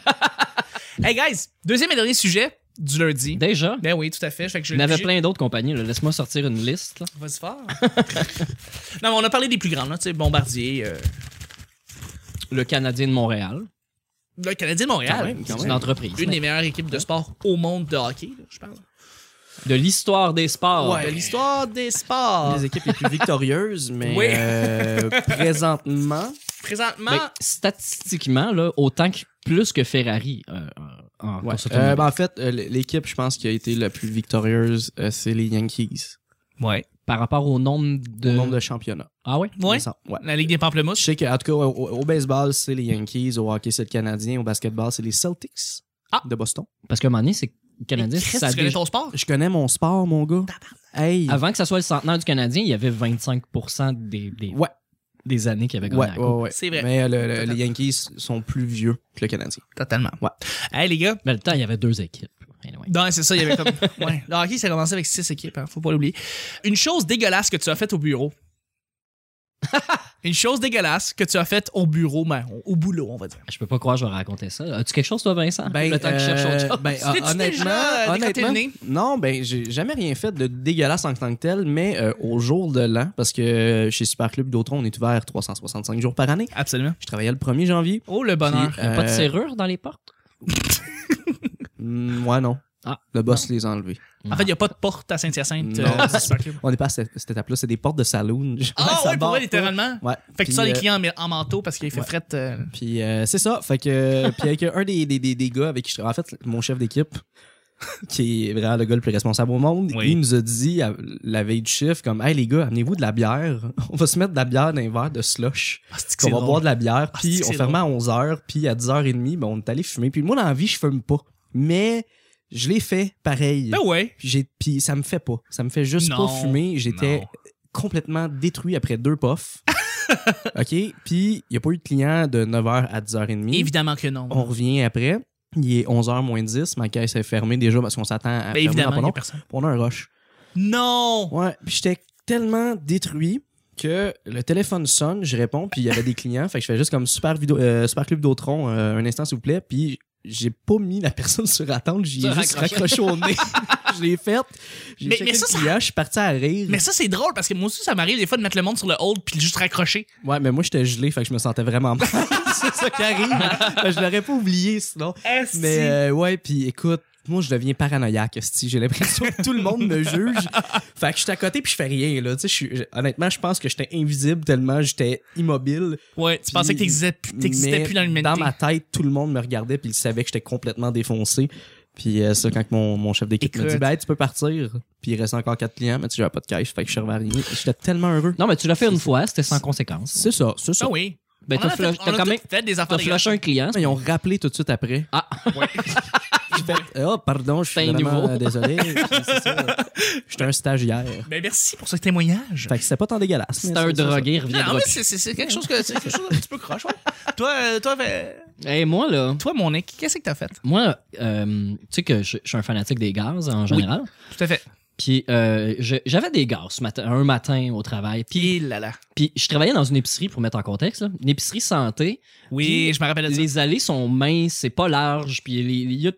Speaker 2: Hey, guys, deuxième et dernier sujet du lundi.
Speaker 1: Déjà,
Speaker 2: Ben oui, tout à fait. Fait que je
Speaker 1: il y en avait
Speaker 2: obligé-
Speaker 1: plein d'autres compagnies. là. Laisse-moi sortir une liste. là.
Speaker 2: Vas-y fort. non, mais on a parlé des plus grands, là. Tu sais, Bombardier, euh,
Speaker 1: Le Canadien de Montréal.
Speaker 2: le Canadien de Montréal.
Speaker 3: Quand même,
Speaker 1: C'est
Speaker 3: quand
Speaker 1: une
Speaker 3: même.
Speaker 1: entreprise.
Speaker 2: Une des meilleures équipes de sport au monde de hockey, là, je parle.
Speaker 1: De l'histoire des sports.
Speaker 2: De l'histoire des sports.
Speaker 3: Les équipes les plus victorieuses, mais
Speaker 2: Ah. Oui.
Speaker 3: euh, présentement,
Speaker 2: Présentement,
Speaker 1: Mais statistiquement, là, autant que plus que Ferrari euh, euh, en
Speaker 3: ouais.
Speaker 1: course
Speaker 3: Euh,
Speaker 1: automobile.
Speaker 3: ben, en fait, euh, l'équipe, je pense, qui a été la plus victorieuse, euh, c'est les Yankees.
Speaker 2: ouais.
Speaker 1: par rapport au nombre de.
Speaker 3: ben- Au nombre de championnats.
Speaker 1: Ah ouais?
Speaker 2: Ouais.
Speaker 3: Il me semble. Ouais.
Speaker 2: ben, La Ligue des
Speaker 3: Je
Speaker 2: Pamplemousses.
Speaker 3: sais qu'en tout cas, au, au baseball, c'est les Yankees. Au hockey, c'est le Canadien. Au basketball, c'est les Celtics
Speaker 2: Ah.
Speaker 3: de Boston.
Speaker 1: Parce qu'à un moment donné, c'est le Canadien.
Speaker 2: Chris,
Speaker 1: ça a
Speaker 2: tu connais
Speaker 1: déjà-
Speaker 2: ton sport?
Speaker 3: Je connais mon sport, mon gars. Hey.
Speaker 2: Ah
Speaker 1: Avant que ça soit le centenaire du Canadien, il y avait 25 des, des,
Speaker 3: Ouais.
Speaker 1: des années qu'il y avait gagné
Speaker 3: Ouais,
Speaker 1: la
Speaker 3: ouais,
Speaker 1: Coupe.
Speaker 3: ouais.
Speaker 2: C'est vrai.
Speaker 3: Mais euh, le- le- les Yankees sont plus vieux que le Canadien.
Speaker 2: Totalement.
Speaker 3: Ouais.
Speaker 2: Hey, les gars,
Speaker 1: Mais le temps, il y avait deux équipes. Anyway.
Speaker 2: Non, c'est ça, il y avait comme. ouais. Le hockey, ça a commencé avec six équipes, hein, faut pas l'oublier. Une chose dégueulasse que tu as faite au bureau. Une chose dégueulasse que tu as faite au bureau, mais au boulot, on va dire.
Speaker 1: Je peux pas croire que je vais raconter ça. As-tu quelque chose, toi, Vincent? le temps que je cherche
Speaker 3: euh,
Speaker 1: autre chose.
Speaker 3: ben,
Speaker 2: T'es-tu
Speaker 3: honnêtement,
Speaker 2: déjà, euh, décroté le
Speaker 3: honnêtement,
Speaker 2: nez?
Speaker 3: non, ben j'ai jamais rien fait de dégueulasse en tant que tel, mais euh, au jour de l'an, parce que euh, chez Super Club D'autron, on est ouvert 365 jours par année.
Speaker 2: Absolument.
Speaker 3: Je travaillais le 1er janvier.
Speaker 2: Oh, le bonheur.
Speaker 3: Puis,
Speaker 1: Il y a pas de
Speaker 3: euh,
Speaker 1: serrure dans les portes?
Speaker 3: Mm, ouais, non.
Speaker 1: Ah.
Speaker 3: le boss les a enlevés.
Speaker 2: En fait, il n'y a pas de porte à Saint-Hyacinthe.
Speaker 3: Non,
Speaker 2: euh,
Speaker 3: c'est
Speaker 2: Super Club.
Speaker 3: On n'est pas à cette, cette étape-là, c'est des portes de saloon.
Speaker 2: Ah,
Speaker 3: Ça
Speaker 2: ouais, pour
Speaker 3: barre
Speaker 2: vrai,
Speaker 3: pas.
Speaker 2: littéralement.
Speaker 3: Ouais.
Speaker 2: Fait que tu
Speaker 3: Puis,
Speaker 2: sors les
Speaker 3: euh,
Speaker 2: clients en, en manteau parce qu'il fait
Speaker 3: ouais.
Speaker 2: fret. euh,
Speaker 3: Puis euh, c'est ça. Fait que euh, puis avec un des, des, des, des gars avec qui je travaille, en fait, mon chef d'équipe, qui est vraiment le gars le plus responsable au monde,
Speaker 2: Oui.
Speaker 3: il nous a dit à- la veille du chiffre comme Hey les gars, amenez-vous de la bière. On va se mettre de la bière dans un verre de slush.
Speaker 2: ah, c'est que
Speaker 3: On
Speaker 2: c'est
Speaker 3: va
Speaker 2: drôle.
Speaker 3: boire de la bière.
Speaker 2: Ah, c'est
Speaker 3: Puis
Speaker 2: que
Speaker 3: on
Speaker 2: c'est
Speaker 3: ferme à 11h. Puis à 10h30, ben, on est allé fumer. Puis moi, dans la vie, je fume pas. Mais je l'ai fait pareil.
Speaker 2: Ben ouais.
Speaker 3: Puis j'ai- Puis ça me fait pas. Ça me fait juste
Speaker 2: Non,
Speaker 3: pas fumer. J'étais
Speaker 2: non.
Speaker 3: complètement détruit après deux puffs. OK? Puis il n'y a pas eu de client de 9h à 10h30.
Speaker 2: Évidemment que non. Ben
Speaker 3: On revient après. Il est 11h moins 10. Ma caisse est fermée déjà parce qu'on s'attend à.
Speaker 2: Ben
Speaker 3: fermer dans
Speaker 2: évidemment,
Speaker 3: pas
Speaker 2: il n'y a
Speaker 3: long.
Speaker 2: personne.
Speaker 3: On a un rush.
Speaker 2: Non!
Speaker 3: Ouais. Puis j'étais tellement détruit que le téléphone sonne, je réponds, puis il y avait des clients. Fait que je fais juste comme Super, vidéo, euh, super Club Dautron, euh, un instant s'il vous plaît. Puis j'ai pas mis la personne sur attente, j'y ai
Speaker 1: Tu
Speaker 3: juste
Speaker 1: raccroches.
Speaker 3: raccroché au nez. je l'ai faite. J'ai
Speaker 2: Mais-
Speaker 3: checké
Speaker 2: mais ça,
Speaker 3: le
Speaker 2: ça-
Speaker 3: client, je suis parti à rire.
Speaker 2: Mais ça, c'est drôle parce que moi aussi, ça m'arrive des fois de mettre le monde sur le hold puis de juste raccrocher.
Speaker 3: Ouais, mais moi, j'étais gelé, fait que je me sentais vraiment mal. c'est ça qui arrive. Fait que je l'aurais pas oublié sinon. Mais euh, ouais, puis écoute, moi je deviens paranoïaque, esti. j'ai l'impression que tout le monde me juge. Fait que je suis à côté puis je fais rien là, tu sais, je suis- je- honnêtement, je pense que j'étais invisible tellement j'étais immobile.
Speaker 2: Ouais, tu pensais que t'existais plus- t'existais
Speaker 3: Mais
Speaker 2: plus dans l'humanité.
Speaker 3: Dans ma tête, tout le monde me regardait puis il savait que j'étais complètement défoncé. Puis euh, ça, quand mon, mon chef d'équipe me dit
Speaker 2: Écoute.
Speaker 3: ben, tu peux partir. Puis il reste encore quatre clients, mais tu n'avais pas de cash, fait que je suis revenu. J'étais tellement heureux.
Speaker 1: Non, mais tu l'as fait une fois, c'était sans conséquence.
Speaker 3: C'est ça, c'est ça.
Speaker 2: Ah oui.
Speaker 1: Ben,
Speaker 2: On en
Speaker 1: t'as
Speaker 2: a
Speaker 1: flush-
Speaker 2: fait- on
Speaker 1: t'as
Speaker 2: a
Speaker 1: quand
Speaker 2: tout
Speaker 1: même
Speaker 2: fait des affaires
Speaker 1: t'as
Speaker 2: de
Speaker 1: flushé un client.
Speaker 3: Ah, Ils ont rappelé tout de suite après.
Speaker 1: Ah.
Speaker 3: J'ai fait, Ah, pardon, je suis
Speaker 1: C'est un
Speaker 3: vraiment
Speaker 1: nouveau.
Speaker 3: désolé. C'est ça. J'étais un stagiaire.
Speaker 2: Ben, merci pour ce témoignage.
Speaker 3: Fait que c'était pas tant dégueulasse. mais
Speaker 1: C'était un
Speaker 3: c'est ça,
Speaker 1: drogué, il
Speaker 2: Non,
Speaker 1: reviendra
Speaker 2: mais
Speaker 1: plus.
Speaker 2: c'est- c'est c'est quelque chose que c'est quelque chose d'un petit peu croche, ouais. Toi, euh, toi, ben,
Speaker 1: Hey, moi, là,
Speaker 2: toi, mon Nick, qu'est-ce que t'as fait?
Speaker 1: moi, euh, tu sais que je je suis un fanatique des gaz en général.
Speaker 2: Tout à fait.
Speaker 1: Puis euh, je- j'avais des gaz ce matin, un matin au travail. Puis,
Speaker 2: Pile Eh là là.
Speaker 1: puis je travaillais dans une épicerie, pour mettre en contexte, là, une épicerie santé.
Speaker 2: Oui,
Speaker 1: Puis,
Speaker 2: je me rappelle de ça.
Speaker 1: Les allées sont minces, c'est pas large. Puis les- il y a,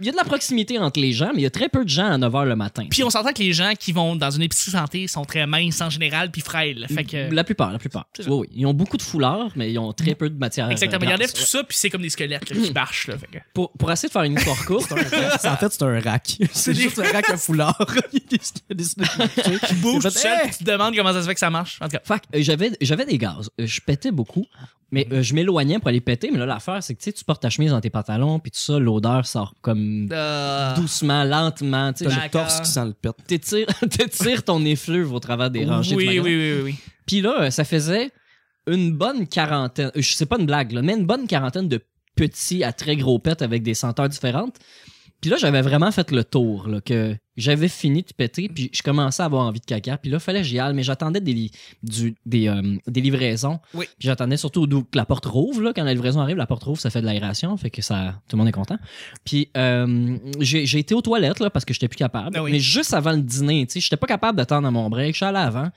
Speaker 1: il y a de la proximité entre les gens, mais il y a très peu de gens à 9h le matin.
Speaker 2: Puis on s'entend que les gens qui vont dans une épicerie santé sont très minces en général, puis frêles. Fait que.
Speaker 1: La plupart, la plupart.
Speaker 2: C'est
Speaker 1: Oui,
Speaker 2: ça. Mm-hmm.
Speaker 1: oui. Ils ont beaucoup de foulards, mais ils ont très peu de matière.
Speaker 2: Exactement.
Speaker 1: euh,
Speaker 2: Regardez
Speaker 1: grasse.
Speaker 2: tout ça, puis c'est comme des squelettes là, qui marchent. Là, fait que-
Speaker 1: Pour, pour essayer de faire une histoire courte, hein.
Speaker 3: ça. En fait, c'est un rack. C'est juste un rack à foulard. Il a décidé de le coucher.
Speaker 2: Bouge
Speaker 3: Il a
Speaker 2: tout
Speaker 3: fait,
Speaker 2: seul,
Speaker 3: Hey!
Speaker 2: puis tu te demandes comment ça se fait que ça marche. En tout cas.
Speaker 1: Fait que, euh, j'avais, j'avais des gaz. Euh, Je pétais beaucoup, mais euh, je m'éloignais pour aller péter. Mais là, l'affaire, c'est que tu sais, tu portes ta chemise dans tes pantalons, puis tout ça, l'odeur sort comme
Speaker 2: Euh,
Speaker 1: doucement, lentement. Tu sais,
Speaker 3: T'as
Speaker 1: genre,
Speaker 3: le
Speaker 2: D'accord.
Speaker 3: torse qui sent le pet.
Speaker 1: t'étires, t'étires ton effluve au travers des rangées. de
Speaker 2: oui, oui,
Speaker 1: magasins.
Speaker 2: oui, oui, oui.
Speaker 1: Puis là, euh, ça faisait une bonne quarantaine, euh, je sais pas une blague, là, mais une bonne quarantaine de petits à très gros pets avec des senteurs différentes. Puis là, j'avais vraiment fait le tour, là, que j'avais fini de péter, puis je commençais à avoir envie de caca. Puis là, fallait que j'y aille, mais j'attendais des, li- du- des, euh, des livraisons.
Speaker 2: Oui.
Speaker 1: Puis j'attendais surtout d'où- que la porte rouvre. Là. Quand la livraison arrive, la porte rouvre, ça fait de l'aération, fait que ça, tout le monde est content. Puis euh, j'ai j'ai été aux toilettes là, parce que j'étais plus capable.
Speaker 2: Ah oui.
Speaker 1: Mais juste avant le dîner, tu sais, j'étais pas capable d'attendre à mon break. Je suis allé avant.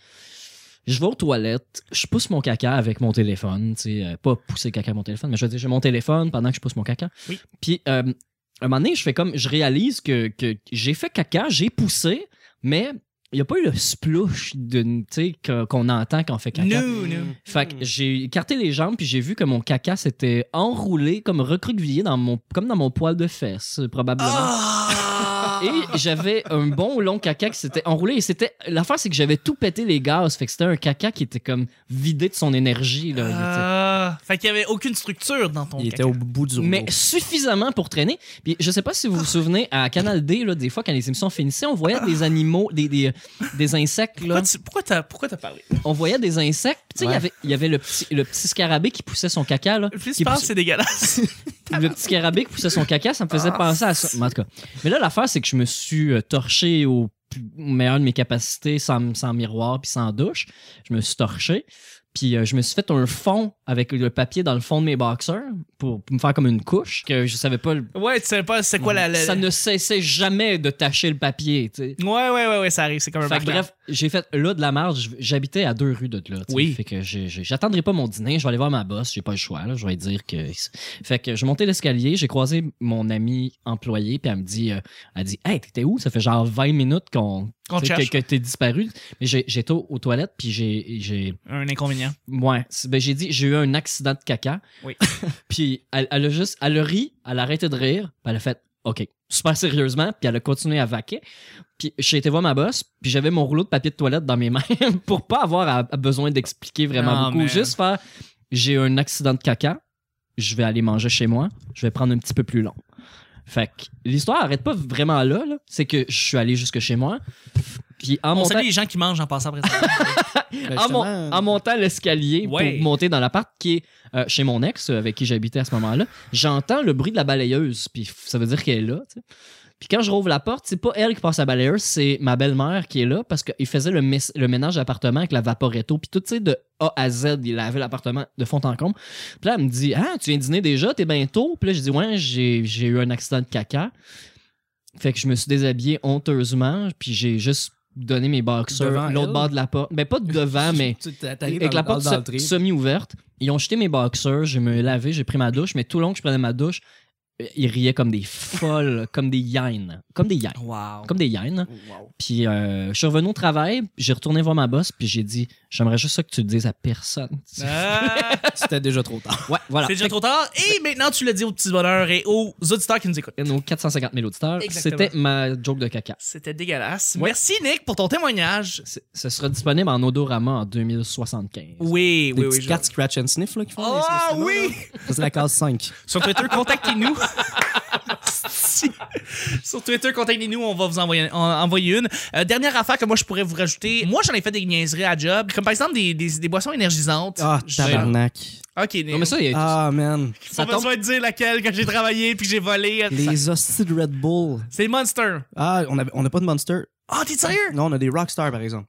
Speaker 1: Je vais aux toilettes, je pousse mon caca avec mon téléphone, tu sais, euh, pas pousser le caca avec mon téléphone, mais je veux dire, j'ai mon téléphone pendant que je pousse mon caca.
Speaker 2: Oui.
Speaker 1: Puis euh, à un moment donné, je fais comme, je réalise que, que j'ai fait caca, j'ai poussé, mais il n'y a pas eu le splouche de, tu sais, que- qu'on entend quand on fait caca.
Speaker 2: Nous, nous.
Speaker 1: Fait que j'ai écarté les jambes puis j'ai vu que mon caca s'était enroulé comme recroquevillé dans mon comme dans mon poil de fesse euh, probablement.
Speaker 2: Ah!
Speaker 1: Et j'avais un bon long caca qui s'était enroulé et c'était l'affaire c'est que j'avais tout pété les gaz fait que c'était un caca qui était comme vidé de son énergie là. il était-
Speaker 2: Ah! fait qu'il y avait aucune structure dans ton
Speaker 3: Il était
Speaker 2: caca.
Speaker 3: au bout du rouleau.
Speaker 1: Mais suffisamment pour traîner. Puis je sais pas si vous vous souvenez à Canal D là des fois quand les émissions finissaient on voyait des animaux des des, des insectes
Speaker 2: Pourquoi
Speaker 1: là.
Speaker 2: tu- Pourquoi t'as pourquoi t'as parlé?
Speaker 1: On voyait des insectes. Puis, Tu sais il
Speaker 3: Ouais.
Speaker 1: y avait il y avait le petit le petit scarabée qui poussait son caca là.
Speaker 2: Plus
Speaker 1: qui
Speaker 2: tu
Speaker 1: poussait-
Speaker 2: parles, c'est dégueulasse.
Speaker 1: le petit scarabée qui poussait son caca, ça me faisait
Speaker 2: Ah.
Speaker 1: penser à ça. Mais en tout cas. Mais là, l'affaire, c'est que je me suis euh, torché au plus- au meilleur de mes capacités, sans, sans miroir puis sans douche. Je me suis torché. Puis euh, je me suis fait un fond avec le papier dans le fond de mes boxers pour, pour me faire comme une couche que je savais pas. le-
Speaker 2: ouais, tu savais pas c'est quoi la. la-
Speaker 1: Mm-hmm. Ça ne cessait jamais de tacher le papier, tu sais.
Speaker 2: Ouais, ouais, ouais, ouais, ça arrive, c'est comme un
Speaker 1: Fait que
Speaker 2: marqueur.
Speaker 1: bref, j'ai fait là de la marge. J'habitais à deux rues de là. tu sais.
Speaker 2: Oui.
Speaker 1: Fait que j'ai- j'ai- j'attendrai pas mon dîner. Je vais aller voir ma boss. J'ai pas le choix. Là. Je vais lui dire que. Fait que je montais l'escalier. J'ai croisé mon ami employé. Puis elle me dit, euh, elle dit, hey, t'étais où Ça fait genre 20 minutes qu'on
Speaker 2: Qu'on te
Speaker 1: tu sais,
Speaker 2: cherche.
Speaker 1: que, que t'es disparu. Mais j'ai- j'étais aux, aux toilettes. Puis j'ai, j'ai,
Speaker 2: Un inconvénient.
Speaker 1: ouais. C'est- Ben j'ai dit, j'ai eu un accident de caca.
Speaker 2: Oui.
Speaker 1: puis elle, elle a juste, elle a ri. Elle a arrêté de rire. Puis elle a fait, ok, super sérieusement. Puis elle a continué à vaquer. Puis j'ai été voir ma boss, puis j'avais mon rouleau de papier de toilette dans mes mains pour pas avoir à- à besoin d'expliquer vraiment
Speaker 2: Oh,
Speaker 1: beaucoup.
Speaker 2: man.
Speaker 1: Juste faire j'ai un accident de caca, je vais aller manger chez moi, je vais prendre un petit peu plus long. Fait que l'histoire arrête pas vraiment là, là. c'est que je suis allé jusque chez moi. Puis en
Speaker 2: On
Speaker 1: montant,
Speaker 2: salue les gens qui mangent en passant après ça.
Speaker 3: Ben,
Speaker 1: en, mon-
Speaker 3: justement,
Speaker 1: en montant l'escalier
Speaker 2: Ouais.
Speaker 1: pour monter dans l'appart qui est euh, chez mon ex euh, avec qui j'habitais à ce moment-là, j'entends le bruit de la balayeuse, puis f- ça veut dire qu'elle est là. tu sais. Puis quand je rouvre la porte, c'est pas elle qui passe la balayeuse, c'est ma belle-mère qui est là parce qu'il faisait le, mess- le ménage d'appartement avec la vaporetto, puis tout, tu sais, de A à Z, il lavait l'appartement de fond en comble. Puis là, elle me dit Ah, tu viens dîner déjà, t'es bientôt. Puis là, je dis Ouais, j'ai j'ai eu un accident de caca. Fait que je me suis déshabillé honteusement, puis j'ai juste donner mes
Speaker 3: Devant
Speaker 1: boxers l'autre
Speaker 3: elle?
Speaker 1: bord de la porte. Ben, pas devant, mais
Speaker 3: Tu t'arrives
Speaker 1: avec
Speaker 3: dans-
Speaker 1: la
Speaker 3: dans-
Speaker 1: porte
Speaker 3: dans le
Speaker 1: se-
Speaker 3: trip.
Speaker 1: semi-ouverte. Ils ont jeté mes boxers, je me lavé, j'ai pris ma douche, mais tout le long que je prenais ma douche, euh, ils riaient comme des folles, comme des hyènes. Comme des hyènes.
Speaker 2: Wow.
Speaker 1: Comme des hyènes.
Speaker 3: Wow.
Speaker 1: Puis euh, je suis revenu au travail, j'ai retourné voir ma boss, puis j'ai dit J'aimerais juste ça que tu le dises à personne.
Speaker 2: Ah,
Speaker 3: C'était déjà trop tard.
Speaker 1: Ouais, voilà.
Speaker 2: c'est déjà trop tard. Et maintenant, tu le dis aux petits bonheurs et aux auditeurs qui nous écoutent.
Speaker 1: Nos 450 000 auditeurs,
Speaker 2: Exactement.
Speaker 1: c'était ma joke de caca.
Speaker 2: C'était dégueulasse.
Speaker 1: Ouais.
Speaker 2: Merci, Nick, pour ton témoignage.
Speaker 1: C'est- Ce sera disponible en Odorama en 2075.
Speaker 2: Oui, oui, oui.
Speaker 3: Des petites
Speaker 2: je-
Speaker 3: cartes scratch and sniff là, qui font des-
Speaker 2: Ah
Speaker 3: des-
Speaker 2: oui!
Speaker 3: Ça, c'est la case 5.
Speaker 2: Sur Twitter, contactez-nous. Si. Sur Twitter, contactez-nous, on va vous envoyer, en- envoyer une. Euh, dernière affaire que moi je pourrais vous rajouter. Moi j'en ai fait des niaiseries à job, comme par exemple des, des, des boissons énergisantes.
Speaker 3: Ah,
Speaker 2: Je-
Speaker 3: tabarnak.
Speaker 2: Ok,
Speaker 1: Non, mais ça, il y a-
Speaker 3: Ah, man.
Speaker 1: ça
Speaker 2: pas
Speaker 1: tombe-
Speaker 2: besoin de dire laquelle quand j'ai travaillé puis j'ai volé. Ça-
Speaker 3: Les hosties de Red Bull.
Speaker 2: C'est Monster.
Speaker 3: Ah, on avait- on n'a pas de Monster.
Speaker 2: Ah, t'es sérieux?
Speaker 3: Non, on a des Rockstar, par exemple.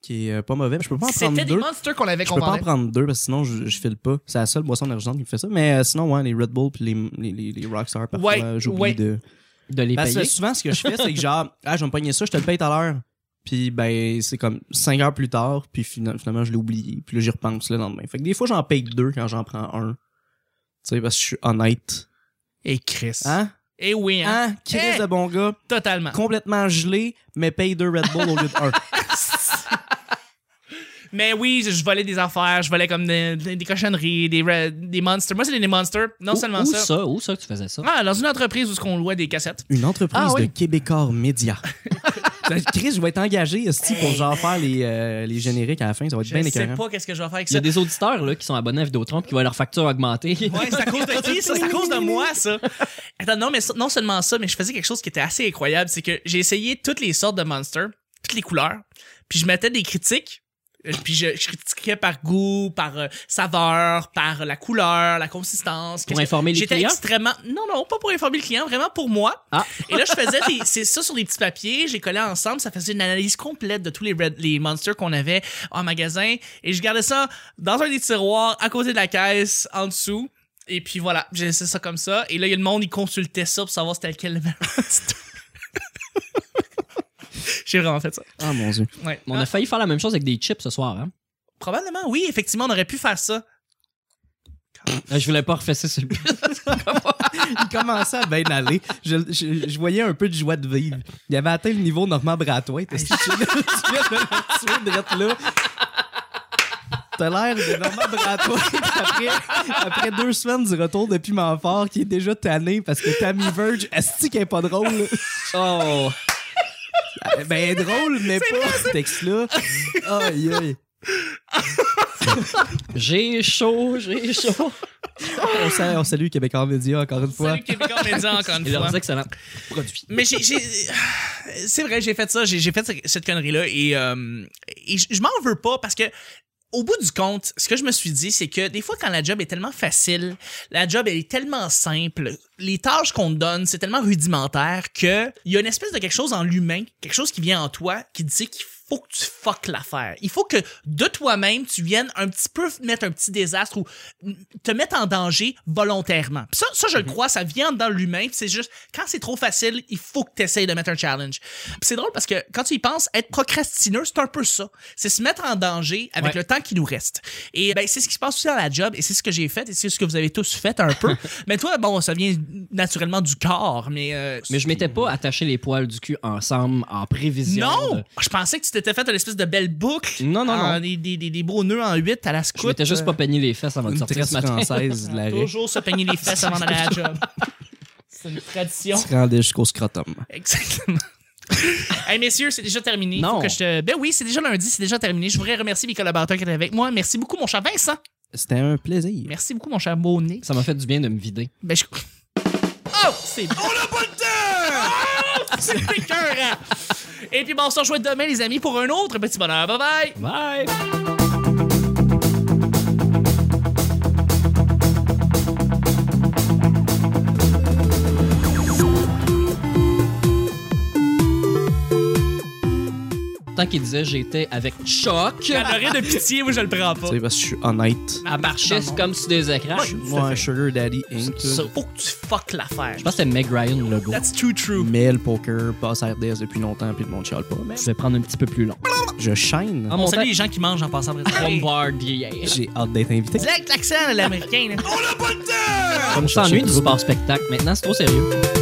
Speaker 3: Qui est euh, pas mauvais, mais je peux pas en prendre
Speaker 2: C'était des
Speaker 3: deux.
Speaker 2: Monsters qu'on avait
Speaker 3: Je peux pas en
Speaker 2: commandés.
Speaker 3: prendre deux parce que sinon je, je file pas. C'est la seule boisson énergisante qui me fait ça. Mais euh, sinon, ouais, les Red Bull puis les, les, les, les Rockstar, parfois,
Speaker 2: Ouais,
Speaker 3: j'oublie
Speaker 2: ouais.
Speaker 3: de.
Speaker 1: de les
Speaker 3: Parce que
Speaker 1: payer.
Speaker 3: souvent, ce que je fais, Ben, c'est que genre, ah, je vais me pogner ça, je te le paye tout à l'heure. Puis ben, c'est comme 5 heures plus tard, puis fina- finalement, je l'ai oublié. Puis là, j'y repense le lendemain. Fait que des fois, j'en paye deux quand j'en prends un. Tu sais, parce que je suis honnête.
Speaker 2: Et Chris.
Speaker 3: Hein?
Speaker 2: Et oui, hein?
Speaker 3: Hein? Chris
Speaker 2: Hey!
Speaker 3: de bon gars,
Speaker 2: Totalement.
Speaker 3: complètement gelé, mais paye deux Red Bull au lieu de un.
Speaker 2: Mais oui, je, je volais des affaires, je volais comme des, des- des cochonneries, des, ra- des Monsters. Moi, c'est des Monsters. Non
Speaker 1: Où-
Speaker 2: seulement
Speaker 1: où
Speaker 2: ça.
Speaker 1: Où ça que tu faisais ça?
Speaker 2: Ah, dans une entreprise où ce qu'on louait des cassettes.
Speaker 3: Une entreprise
Speaker 1: Ah oui.
Speaker 3: de Québécois médias. Ben, Chris, je vais être engagé esti, pour genre faire les, euh, les génériques à la fin. Ça va être
Speaker 2: Je
Speaker 3: bien
Speaker 2: sais
Speaker 3: écœurant.
Speaker 2: pas qu'est-ce que je vais faire avec
Speaker 1: Il y
Speaker 2: ça.
Speaker 1: a des auditeurs là, qui sont abonnés à Vidéotron puis qui voient leur facture augmenter.
Speaker 2: Ouais, c'est à cause de qui? ça? C'est à cause de moi, ça. Attends, non, mais ça- non seulement ça, mais je faisais quelque chose qui était assez incroyable. C'est que j'ai essayé toutes les sortes de monsters, toutes les couleurs, puis je mettais des critiques. euh, Puis je, je critiquais par goût, par euh, saveur, par euh, la couleur, la consistance.
Speaker 1: Pour
Speaker 2: Qu'est-ce que-
Speaker 1: informer les
Speaker 2: J'étais
Speaker 1: clients?
Speaker 2: extrêmement... Non, non, pas pour informer le client, vraiment pour moi.
Speaker 1: Ah.
Speaker 2: Et là, je faisais des- c'est ça sur des petits papiers, j'ai collé ensemble, ça faisait une analyse complète de tous les, red- les monsters qu'on avait en magasin. Et je gardais ça dans un des tiroirs, à côté de la caisse, en dessous. Et puis voilà, j'ai laissé ça comme ça. Et là, il y a le monde, ils consultaient ça pour savoir c'était lequel le meilleur monster. J'ai vraiment fait ça.
Speaker 3: Ah mon dieu.
Speaker 2: Ouais.
Speaker 1: On
Speaker 2: Ah,
Speaker 1: a failli faire la même chose avec des chips ce soir. Hein?
Speaker 2: Probablement, oui, effectivement, on aurait pu faire ça.
Speaker 1: Euh, Je voulais pas refesser ce
Speaker 3: Il commençait à bien aller. Je, je- je voyais un peu de joie de vivre. Il avait atteint le niveau Normand Bratois. T'es tu viens de le tuer drette là. T'as l'air de Normand Bratois après, après deux semaines du retour de Piment Fort qui est déjà tanné parce que Tammy Verge, est-ce qu'elle est pas drôle? là?
Speaker 1: Oh!
Speaker 3: Ben, elle est drôle, mais pas ce texte-là. Aïe, aïe.
Speaker 1: J'ai chaud, j'ai chaud.
Speaker 3: On salue, on salue Québécois Média encore une fois.
Speaker 2: Salut Québécois Média, encore une
Speaker 1: Et
Speaker 2: fois.
Speaker 1: leurs excellents produits.
Speaker 2: Mais j'ai. j'ai- C'est vrai, j'ai fait ça. J'ai j'ai fait ce- cette connerie-là et, euh, et je je m'en veux pas parce que. Au bout du compte, ce que je me suis dit, c'est que des fois, quand la job est tellement facile, la job elle est tellement simple, les tâches qu'on te donne, c'est tellement rudimentaire que il y a une espèce de quelque chose en l'humain, quelque chose qui vient en toi, qui dit qu'il faut que tu fuck l'affaire. Il faut que de toi-même, tu viennes un petit peu mettre un petit désastre ou te mettre en danger volontairement. Puis ça, ça,
Speaker 1: Mhm.
Speaker 2: je le crois, ça vient dans l'humain. puis C'est juste, quand c'est trop facile, il faut que tu essayes de mettre un challenge. Puis c'est drôle parce que quand tu y penses, être procrastineux, c'est un peu ça. C'est se mettre en danger avec
Speaker 1: Ouais.
Speaker 2: le temps qui nous reste. Et ben, c'est ce qui se passe aussi dans la job et c'est ce que j'ai fait et c'est ce que vous avez tous fait un peu. mais toi, bon, ça vient naturellement du corps, mais. euh,
Speaker 1: Mais je m'étais pas attaché les poils du cul ensemble en prévision.
Speaker 2: non! Ah,
Speaker 1: de-
Speaker 2: Je pensais que tu t'étais fait une espèce de belle boucle.
Speaker 1: Non, non,
Speaker 2: en-
Speaker 1: non.
Speaker 2: Des, des, des, des beaux nœuds en 8 à la scout. euh,
Speaker 1: Je m'étais juste pas peigné les fesses avant de
Speaker 3: euh, Une
Speaker 1: sortir
Speaker 3: triste
Speaker 1: ce matin.
Speaker 3: française de la rue.
Speaker 2: Ah, Toujours se peigner les fesses avant d'aller à la job. C'est une tradition.
Speaker 3: Tu te rendais jusqu'au scrotum.
Speaker 2: Exactement. hey messieurs, c'est déjà terminé. Faut
Speaker 1: Non.
Speaker 2: que je te- Ben oui, c'est déjà lundi, c'est déjà terminé. Je voudrais remercier mes collaborateurs qui étaient avec moi. Merci beaucoup, mon cher Vincent.
Speaker 3: C'était un plaisir.
Speaker 2: Merci beaucoup, mon cher Monet.
Speaker 1: Ça m'a fait du bien de me vider.
Speaker 2: Ben je. Oh! C'est On n'a pas le temps! c'est écœurant! Et puis bon, on se rejoint demain, les amis, pour un autre petit bonheur. Bye bye!
Speaker 1: Bye! Tant qu'il disait j'étais avec choc,
Speaker 2: Elle aurait de pitié, moi je le prends pas.
Speaker 3: Tu sais, parce que je suis honnête.
Speaker 1: elle marchait
Speaker 2: Non, non.
Speaker 1: comme sur des écrans.
Speaker 2: Ouais.
Speaker 1: Je
Speaker 3: Ah, Moi, un Sugar Daddy Inc.
Speaker 1: Ça-
Speaker 3: là.
Speaker 2: Faut que tu fuck l'affaire.
Speaker 1: pense que c'était Meg Ryan le logo.
Speaker 2: That's too true.
Speaker 3: Mais le poker passe à RDS depuis longtemps, puis le monde chiale pas. Mais
Speaker 1: Je vais prendre un petit peu plus long.
Speaker 3: je chaîne.
Speaker 1: Ah,
Speaker 2: On
Speaker 1: mon
Speaker 2: salue
Speaker 1: temps-
Speaker 2: les gens qui mangent en passant après ça.
Speaker 1: Bombardier.
Speaker 3: J'ai hâte d'être invité.
Speaker 2: L'accent l'américain.
Speaker 1: On s'ennuie du sport spectacle. Maintenant, c'est trop sérieux.